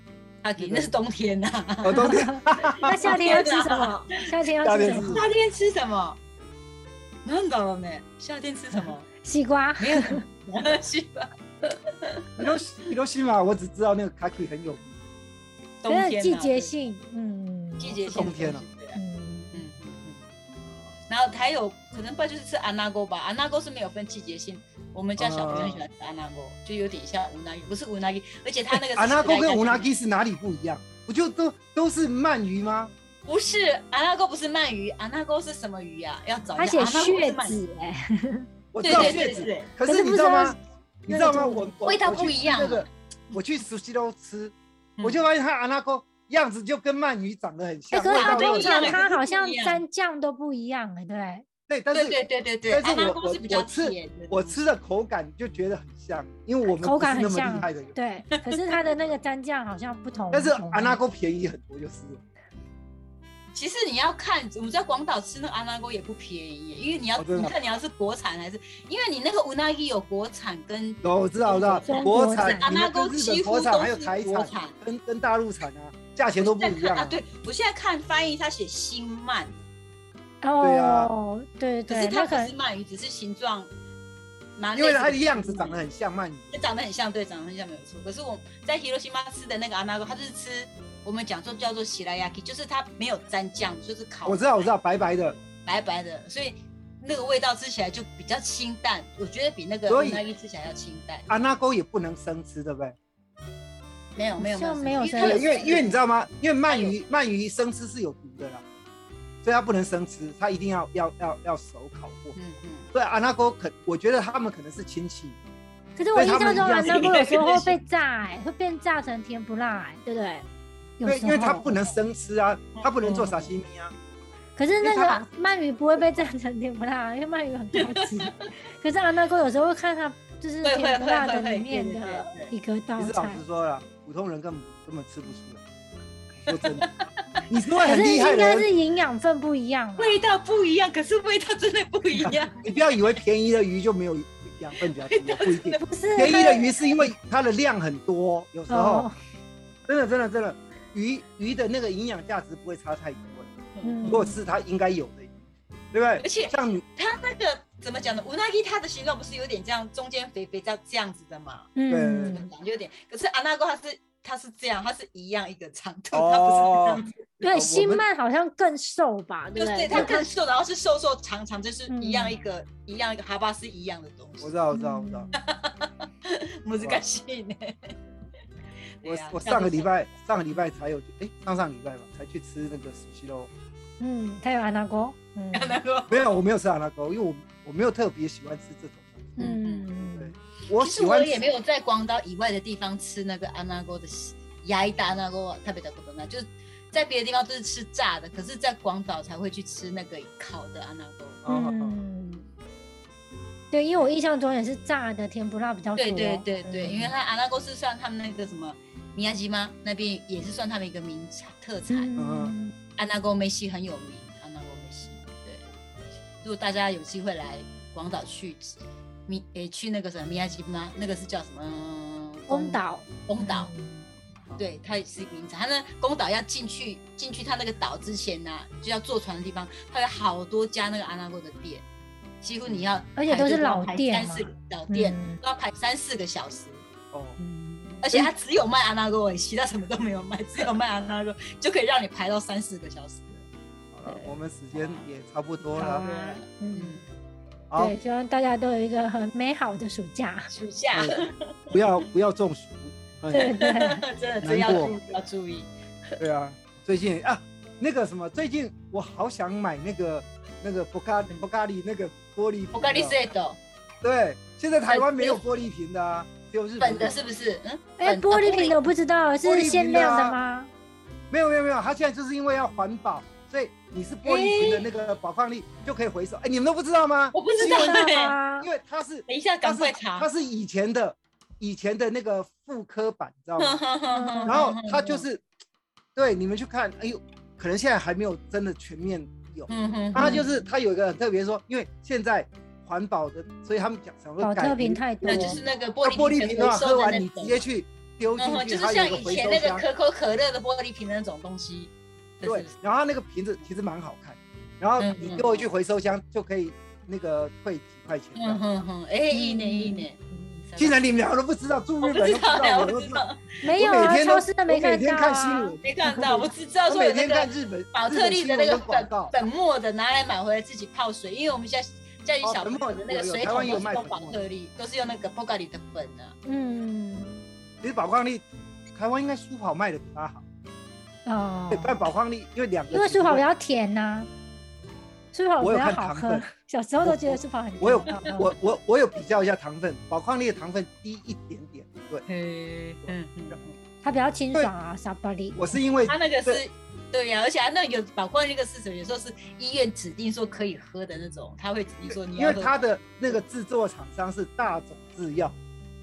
Speaker 1: 那
Speaker 3: 迪
Speaker 1: 个
Speaker 3: 那是冬天呐、 啊，
Speaker 1: 哦，冬天
Speaker 2: 那夏天要吃什么？夏天要
Speaker 1: 夏
Speaker 2: 吃
Speaker 1: 天
Speaker 2: 什么？
Speaker 3: 夏天吃什么？なんだろうね。夏天吃什么？
Speaker 2: 西瓜。
Speaker 3: 没有 什么西吧。
Speaker 1: Hiroshima 我只知道那个 kaki 很有名，
Speaker 3: 冬天、
Speaker 2: 真的
Speaker 3: 啊、
Speaker 2: 季节性，嗯，
Speaker 3: 季节
Speaker 1: 是
Speaker 3: 性的
Speaker 1: 冬天
Speaker 3: 东西对啊
Speaker 2: 嗯，
Speaker 3: 嗯嗯嗯然后还有可能吧，就是吃安娜沟吧，安娜沟是没有分季节性。我们家小朋友喜欢吃安娜沟，就有点像无奈，不是无奈，而且 它那个
Speaker 1: 阿纳沟啊跟乌拉
Speaker 3: 基
Speaker 1: 基是哪里不一样？不就都都是鳗鱼吗？
Speaker 3: 不是安娜沟不是鳗鱼，安娜沟是什么鱼啊？要找
Speaker 2: 他
Speaker 3: 一
Speaker 2: 写
Speaker 3: 下。穴
Speaker 2: 血，子，哎，
Speaker 1: 我知
Speaker 3: 对
Speaker 1: 道
Speaker 3: 对
Speaker 1: 蟹
Speaker 3: 对对
Speaker 1: 子，
Speaker 3: 对，
Speaker 1: 可
Speaker 2: 可是
Speaker 1: 是你
Speaker 2: 不
Speaker 1: 知道
Speaker 2: 知道
Speaker 1: 吗
Speaker 2: 是？
Speaker 1: 你知道吗？
Speaker 2: 那个
Speaker 1: 我我
Speaker 3: 味道
Speaker 1: 我去
Speaker 3: 不一样
Speaker 1: 吃
Speaker 3: 啊
Speaker 1: 那个我去熟悉都吃，
Speaker 3: 嗯
Speaker 1: 我就发现它阿纳沟样子就跟鳗鱼长得很像，
Speaker 2: 可是
Speaker 1: 味
Speaker 2: 它
Speaker 1: 道
Speaker 3: 不
Speaker 1: 都
Speaker 2: 通
Speaker 3: 一
Speaker 1: 很
Speaker 3: 样
Speaker 2: 常
Speaker 3: 哎可是
Speaker 2: 它好
Speaker 3: 不一
Speaker 2: 像
Speaker 3: 样
Speaker 2: 蘸酱都不一样，哎，对，
Speaker 1: 对，但
Speaker 3: 对
Speaker 1: 是
Speaker 3: 对对对对，
Speaker 1: 但
Speaker 3: 安
Speaker 1: 是
Speaker 3: 娜
Speaker 1: 我
Speaker 3: 沟是比
Speaker 1: 我
Speaker 3: 较
Speaker 1: 我吃
Speaker 3: 甜的。
Speaker 1: 我吃的口感就觉得很像，因为我们
Speaker 2: 口感
Speaker 1: 不是
Speaker 2: 很
Speaker 1: 那么
Speaker 2: 像
Speaker 1: 厉害的人，
Speaker 2: 对， 可是它的那个蘸酱好像不同。
Speaker 1: 但是
Speaker 2: 不同
Speaker 1: 阿纳沟便宜很多，就是了。
Speaker 3: 其实你要看，我们在广岛吃那个安拉锅也不便宜耶，因为你要、
Speaker 1: 哦真的
Speaker 3: 你看你要是国产还是，因为你那个乌拉伊有国产跟
Speaker 1: 哦，我知道，我知道
Speaker 2: 中，国
Speaker 1: 国产
Speaker 2: 产、
Speaker 3: 阿
Speaker 1: 你
Speaker 3: 拉
Speaker 1: 们
Speaker 3: 沟
Speaker 1: 跟日
Speaker 3: 几
Speaker 1: 本
Speaker 3: 乎
Speaker 1: 国
Speaker 3: 都
Speaker 1: 产还有
Speaker 3: 是
Speaker 1: 台
Speaker 3: 国
Speaker 1: 产啊
Speaker 3: 产。
Speaker 1: 跟跟大陆产啊，价钱都不
Speaker 3: 在
Speaker 1: 一样
Speaker 3: 看啊， 对我现在看翻译，它写新鳗，
Speaker 1: 对啊
Speaker 2: 哦，对
Speaker 3: 可是
Speaker 2: 对，
Speaker 3: 它
Speaker 2: 那
Speaker 3: 不
Speaker 2: 可
Speaker 3: 是鳗鱼，只是形状蛮
Speaker 1: 因为它的
Speaker 3: 啊类似
Speaker 1: 样子长得很像鳗鱼。
Speaker 3: 它长得很像，对，长得很像没有错。可是我在 h i r o s 吃的那个阿那哥，它就是吃我们讲说叫做喜拉亚 i 就是它没有沾酱，就是烤，
Speaker 1: 我知道，我知道，白白的。
Speaker 3: 白白的，所以那个味道吃起来就比较清淡，我觉得比那个
Speaker 1: 所以
Speaker 3: 那一吃起来要清淡。
Speaker 1: 阿那沟也不能生吃，对不对？
Speaker 3: 没有没有
Speaker 2: 像没有
Speaker 3: 有
Speaker 2: 生
Speaker 3: 它
Speaker 1: 对，因为
Speaker 3: 刺
Speaker 1: 因为你知道吗？因为
Speaker 2: 哎
Speaker 1: 鳗鱼鳗鱼生吃是有毒的啦，所以它不能生吃，它一定要要要要手烤过。
Speaker 3: 嗯嗯，
Speaker 1: 所以阿那沟可，我觉得他们可能是亲戚，
Speaker 2: 可是我
Speaker 1: 对
Speaker 2: 印
Speaker 1: 他
Speaker 2: 象
Speaker 1: 们
Speaker 2: 中
Speaker 1: 一样
Speaker 2: 阿
Speaker 1: 是
Speaker 2: 三锅有时候
Speaker 3: 一
Speaker 2: 会
Speaker 3: 个
Speaker 2: 被炸，哎，会变炸成甜不辣，哎，对不对？
Speaker 1: 因
Speaker 2: 有
Speaker 1: 为
Speaker 2: 时
Speaker 1: 因为它
Speaker 2: 候哦
Speaker 1: 不，能生吃啊，它不能做
Speaker 3: 嗯
Speaker 1: 沙西米啊。
Speaker 2: 可是那
Speaker 1: 因为它
Speaker 2: 个鳗鱼不会被炸成甜不辣，因为鳗鱼很 高级。可是阿那锅有时候会看它就是
Speaker 3: 会会
Speaker 2: 甜不辣
Speaker 3: 会
Speaker 2: 的
Speaker 3: 会会
Speaker 2: 里面
Speaker 3: 对对
Speaker 2: 的
Speaker 3: 对
Speaker 2: 一个道
Speaker 1: 其实老
Speaker 2: 哦菜。
Speaker 1: 实说了，普通人根本根本吃不出来。说真 的，你除了
Speaker 2: 可
Speaker 1: 很
Speaker 2: 是
Speaker 1: 厉害
Speaker 2: 应
Speaker 1: 的
Speaker 2: 该
Speaker 1: 人，
Speaker 2: 是营养分不一样嘛，啊
Speaker 3: 味道不一样，可是味道真的不一样。
Speaker 1: 你不要以为便宜的鱼就没有养分比较多，不一定。
Speaker 2: 不是
Speaker 1: 便宜的鱼是因为它的量很多，有时候
Speaker 2: 哦，
Speaker 1: 真的真的真的，鱼鱼的那个营养价值不会差太多。
Speaker 2: 嗯
Speaker 1: 如果是它应该有的，对不对？
Speaker 3: 而且
Speaker 1: 像你
Speaker 3: 它那个怎么讲呢？乌拉伊它的形状不是有点这样，中间肥肥这样这样子的嘛？
Speaker 1: 对
Speaker 3: 怎
Speaker 2: 嗯
Speaker 3: 么，讲有点？可是阿那哥它是它是这样，它是一样一个长度，它不是这
Speaker 1: 哦
Speaker 3: 样子，，
Speaker 1: 我
Speaker 2: 对，
Speaker 1: 们
Speaker 2: 新鳗好像更瘦吧，对
Speaker 3: 就
Speaker 2: 不
Speaker 3: 是
Speaker 2: 对？
Speaker 3: 它
Speaker 2: 就
Speaker 3: 更瘦，然后是瘦瘦长长，就是一样
Speaker 2: 嗯
Speaker 3: 一个一样一个哈巴是一样的东西
Speaker 1: 我。知道我知道我知道。
Speaker 3: 嗯我是感谢呢。
Speaker 1: 我
Speaker 3: 对啊
Speaker 1: 我
Speaker 3: 这样
Speaker 1: 上个
Speaker 3: 子
Speaker 1: 礼拜上个礼拜才有去，哎，上上礼拜吧才去吃那个寿喜肉。
Speaker 2: 嗯，它有安娜锅，嗯
Speaker 3: 阿那哥，
Speaker 1: 没有，我没有吃阿拉沟，因为我我没有特别喜欢吃这种东西。
Speaker 2: 嗯，
Speaker 1: 对
Speaker 2: 嗯，
Speaker 1: 我
Speaker 3: 其
Speaker 1: 喜
Speaker 3: 实我
Speaker 1: 欢
Speaker 3: 也
Speaker 1: 吃
Speaker 3: 没有在广岛以外的地方吃那个安那锅的牙一大安那锅特别的不同啊，就是在别的地方都是吃炸的，可是在广岛才会去吃那个烤的安那锅。
Speaker 1: 哦
Speaker 2: 嗯，对，因为我印象中也是炸的甜不辣比较多。
Speaker 3: 对对对对，
Speaker 2: 嗯
Speaker 3: 因为它安那锅是算他们那个什么米亚吉吗？那边也是算他们一个名产特产。
Speaker 2: 嗯
Speaker 1: 嗯，
Speaker 3: 安那锅梅西很有名，安那锅梅西。对，如果大家有机会来广岛去米诶去那个什么米亚吉吗？那个是叫什么？
Speaker 2: 宫岛，
Speaker 3: 宫岛。
Speaker 2: 嗯
Speaker 3: 对，它也是一个名产。它那宫岛要进去进去它那个岛之前呢、就要坐船的地方，它有好多家那个阿拉锅的店，几乎你要
Speaker 2: 而且都是老店嘛
Speaker 3: 三四老店、
Speaker 2: 嗯
Speaker 3: 都要排三四个小时，
Speaker 1: 哦，
Speaker 3: 而且它只有卖阿拉锅而已，其他什么都没有卖，只有卖阿拉锅就可以让你排到三四个小时。
Speaker 1: 好了，我们时间也差不多
Speaker 2: 好
Speaker 1: 了，
Speaker 2: 啊嗯，
Speaker 1: 好
Speaker 2: 对，，希望大家都有一个很美好的暑假。
Speaker 3: 暑假
Speaker 1: 嗯不要不要中暑，
Speaker 2: 对
Speaker 1: 嗯，
Speaker 2: 对，
Speaker 3: 真的真要
Speaker 1: 难过
Speaker 3: 注意要注意，
Speaker 1: 对啊，最近啊那个什么，最近我好想买那个那个博咖博咖喱那个玻璃瓶的，
Speaker 3: 我跟你说的，
Speaker 1: 对，现在台湾没有玻璃瓶的啊，只有日本
Speaker 3: 粉
Speaker 1: 有
Speaker 3: 的是不是？嗯，
Speaker 2: 哎，
Speaker 3: 粉
Speaker 2: 玻璃瓶的我不知道
Speaker 1: 啊玻璃
Speaker 2: 是
Speaker 1: 瓶
Speaker 2: 限
Speaker 1: 的
Speaker 2: 量的
Speaker 1: 啊
Speaker 2: 吗？
Speaker 1: 没有没有没有，它现在就是因为要环保，所以你是玻璃瓶的那个保矿力就可以回收，哎，你们都不知道吗？
Speaker 3: 我不知
Speaker 1: 因
Speaker 3: 道
Speaker 1: 为
Speaker 3: 哎、
Speaker 2: 啊
Speaker 1: 因为它是
Speaker 3: 等一下
Speaker 1: 它
Speaker 3: 赶
Speaker 1: 是
Speaker 3: 快查
Speaker 1: 它。是以前的以前的那个复刻版，你知道 吗？
Speaker 3: 然
Speaker 1: 然后它就是，对你们去看，哎呦，可能现在还没有真的全面有。
Speaker 3: 嗯哼，
Speaker 1: 它就是它有一个很特别说，因为现在环保的，所以他们讲想说
Speaker 2: 保
Speaker 1: 改
Speaker 2: 特
Speaker 1: 回
Speaker 2: 瓶太多
Speaker 3: 那，就是那个
Speaker 1: 那
Speaker 3: 玻
Speaker 1: 玻
Speaker 3: 璃
Speaker 1: 瓶的
Speaker 3: 回
Speaker 1: 话，
Speaker 3: 收
Speaker 1: 喝
Speaker 3: 的
Speaker 1: 完
Speaker 3: 那
Speaker 1: 你
Speaker 3: 种
Speaker 1: 直接去丢进
Speaker 3: 嗯哼，
Speaker 1: 去，
Speaker 3: 就是
Speaker 1: 它有
Speaker 3: 像
Speaker 1: 一个
Speaker 3: 以
Speaker 1: 回
Speaker 3: 前
Speaker 1: 收
Speaker 3: 那个
Speaker 1: 箱。
Speaker 3: 可口可乐的玻璃瓶的那种东西。
Speaker 1: 对，然后它那个瓶子其实蛮好看，然后
Speaker 3: 嗯
Speaker 1: 你
Speaker 3: 嗯
Speaker 1: 丢回去回收箱就可以那个退几块钱这
Speaker 3: 嗯
Speaker 1: 样。
Speaker 3: 哼哼，哎，一年一年，
Speaker 1: 竟然你们两个都不知道，住
Speaker 3: 我
Speaker 1: 嗯日
Speaker 3: 不
Speaker 1: 本
Speaker 3: 知
Speaker 1: 都不
Speaker 3: 道，
Speaker 1: 道，
Speaker 3: 我
Speaker 1: 我
Speaker 3: 不
Speaker 1: 都
Speaker 3: 知
Speaker 1: 知道。
Speaker 3: 道，
Speaker 2: 没有
Speaker 1: 我
Speaker 2: 啊，
Speaker 1: 每天都
Speaker 2: 超市都没
Speaker 1: 我每
Speaker 2: 看
Speaker 1: 天
Speaker 2: 到
Speaker 1: 看新
Speaker 2: 啊。
Speaker 1: 闻，
Speaker 3: 没看到，我只知道
Speaker 1: 我
Speaker 3: 说有
Speaker 1: 每
Speaker 3: 那
Speaker 1: 天
Speaker 3: 个
Speaker 1: 看日本
Speaker 3: 宝
Speaker 1: 日
Speaker 3: 特
Speaker 1: 本
Speaker 3: 利
Speaker 1: 新
Speaker 3: 的
Speaker 1: 闻
Speaker 3: 那个
Speaker 1: 广
Speaker 3: 本
Speaker 1: 告，
Speaker 3: 本末的拿来买回来自己泡水，因为我们现在家里小朋友的那个
Speaker 1: 哦本末有有台
Speaker 3: 水桶
Speaker 1: 湾有
Speaker 3: 都
Speaker 1: 卖
Speaker 3: 是用
Speaker 1: 本
Speaker 3: 宝
Speaker 1: 末
Speaker 3: 特利，都是用那个 p o c a r i 的粉啊。
Speaker 2: 嗯，
Speaker 1: 其实宝矿力，台湾应该苏跑卖的比它好。
Speaker 2: 哦
Speaker 1: 对，，但宝矿力因为两个，
Speaker 2: 因为舒跑比较甜呐、舒跑
Speaker 1: 我有
Speaker 2: 比较
Speaker 1: 看
Speaker 2: 好
Speaker 1: 糖
Speaker 2: 喝
Speaker 1: 分。
Speaker 2: 小时候都
Speaker 1: 我
Speaker 2: 觉得舒跑很甜哦
Speaker 1: 我有
Speaker 2: 好喝
Speaker 1: 我我我有比较一下糖分，宝矿力的糖分低一点点。对，
Speaker 3: 嘿，嗯嗯，
Speaker 2: 它比较清爽啊，沙巴里。
Speaker 1: 我是因为
Speaker 3: 他那个是
Speaker 1: 对。
Speaker 3: 对呀、而且他那有宝矿那个是什么？有时候是医院指定说可以喝的那种，他会指定说你
Speaker 1: 因
Speaker 3: 要
Speaker 1: 为
Speaker 3: 喝。
Speaker 1: 它的那个制作厂商是大种制药，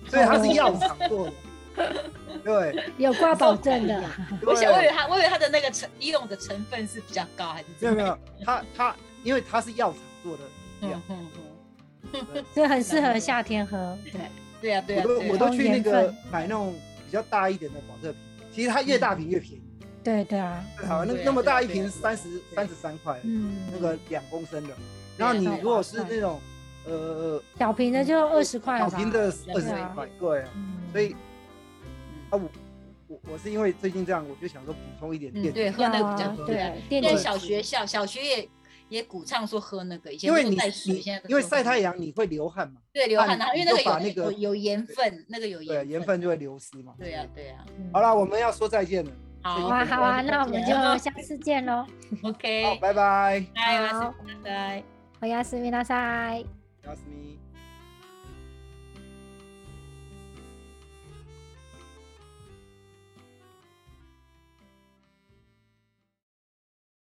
Speaker 1: 所以它
Speaker 3: 哦
Speaker 1: 是药厂做 的。对，
Speaker 2: 有挂保证的，
Speaker 3: 我想，我以
Speaker 1: 对
Speaker 3: 为他，我以为他的那个成医用的成分是比较高，还是
Speaker 1: 没
Speaker 3: 怎
Speaker 1: 有
Speaker 3: 么
Speaker 1: 没
Speaker 3: 样？
Speaker 1: 有，它它因为它是药厂做的
Speaker 3: 嗯
Speaker 1: 料，
Speaker 3: 嗯嗯
Speaker 2: 所以很适合夏天喝。
Speaker 3: 对呀、对呀、
Speaker 1: 我都
Speaker 3: 对呀啊
Speaker 1: 我都去那
Speaker 2: 哦
Speaker 1: 个
Speaker 2: 缘
Speaker 1: 买那种比较大一点的保特瓶，其实它越大瓶越便宜。
Speaker 2: 对对啊，
Speaker 1: 最好那
Speaker 3: 嗯对啊
Speaker 1: 那么大一
Speaker 3: 对啊
Speaker 1: 瓶
Speaker 3: 对啊
Speaker 1: 三十
Speaker 3: 对啊
Speaker 1: 三十三块，
Speaker 2: 嗯，
Speaker 1: 那个两公升的。然后你
Speaker 3: 对啊
Speaker 1: 如果是
Speaker 2: 划算
Speaker 1: 那种呃
Speaker 2: 小瓶的就二十块
Speaker 1: 小
Speaker 2: 吧。
Speaker 1: 瓶的二十
Speaker 2: 对啊
Speaker 1: 一块，对啊。
Speaker 2: 嗯，
Speaker 1: 所以
Speaker 3: 嗯
Speaker 1: 啊我我我是因为最近这样，我就想说补充一点
Speaker 3: 嗯，
Speaker 1: 电
Speaker 3: 对，喝
Speaker 2: 要
Speaker 3: 那个比较
Speaker 2: 啊
Speaker 3: 多。
Speaker 2: 对
Speaker 3: 啊
Speaker 2: 啊，电
Speaker 3: 现在
Speaker 2: 解
Speaker 3: 小
Speaker 2: 质
Speaker 3: 学校小学也也鼓倡说喝那个，以前
Speaker 1: 因为
Speaker 3: 都
Speaker 1: 你
Speaker 3: 带水
Speaker 1: 你
Speaker 3: 现在都
Speaker 1: 因为
Speaker 3: 喝
Speaker 1: 晒太
Speaker 3: 那个
Speaker 1: 阳你会流汗嘛，
Speaker 3: 对流汗，然后因为那
Speaker 1: 啊你就把那个
Speaker 3: 个有有有盐分，那个有
Speaker 1: 对啊，盐分就会流失嘛。
Speaker 3: 对呀啊对呀。
Speaker 2: 嗯
Speaker 1: 好啦，我们要说再见了，
Speaker 3: 好
Speaker 2: 好啊好啊，那我们就
Speaker 3: 好
Speaker 2: 下次见喽。
Speaker 1: 好，
Speaker 3: OK，
Speaker 1: 拜拜，
Speaker 3: 拜拜
Speaker 2: 好
Speaker 3: 拜拜。
Speaker 2: 我要思密达塞。
Speaker 1: 亚斯米。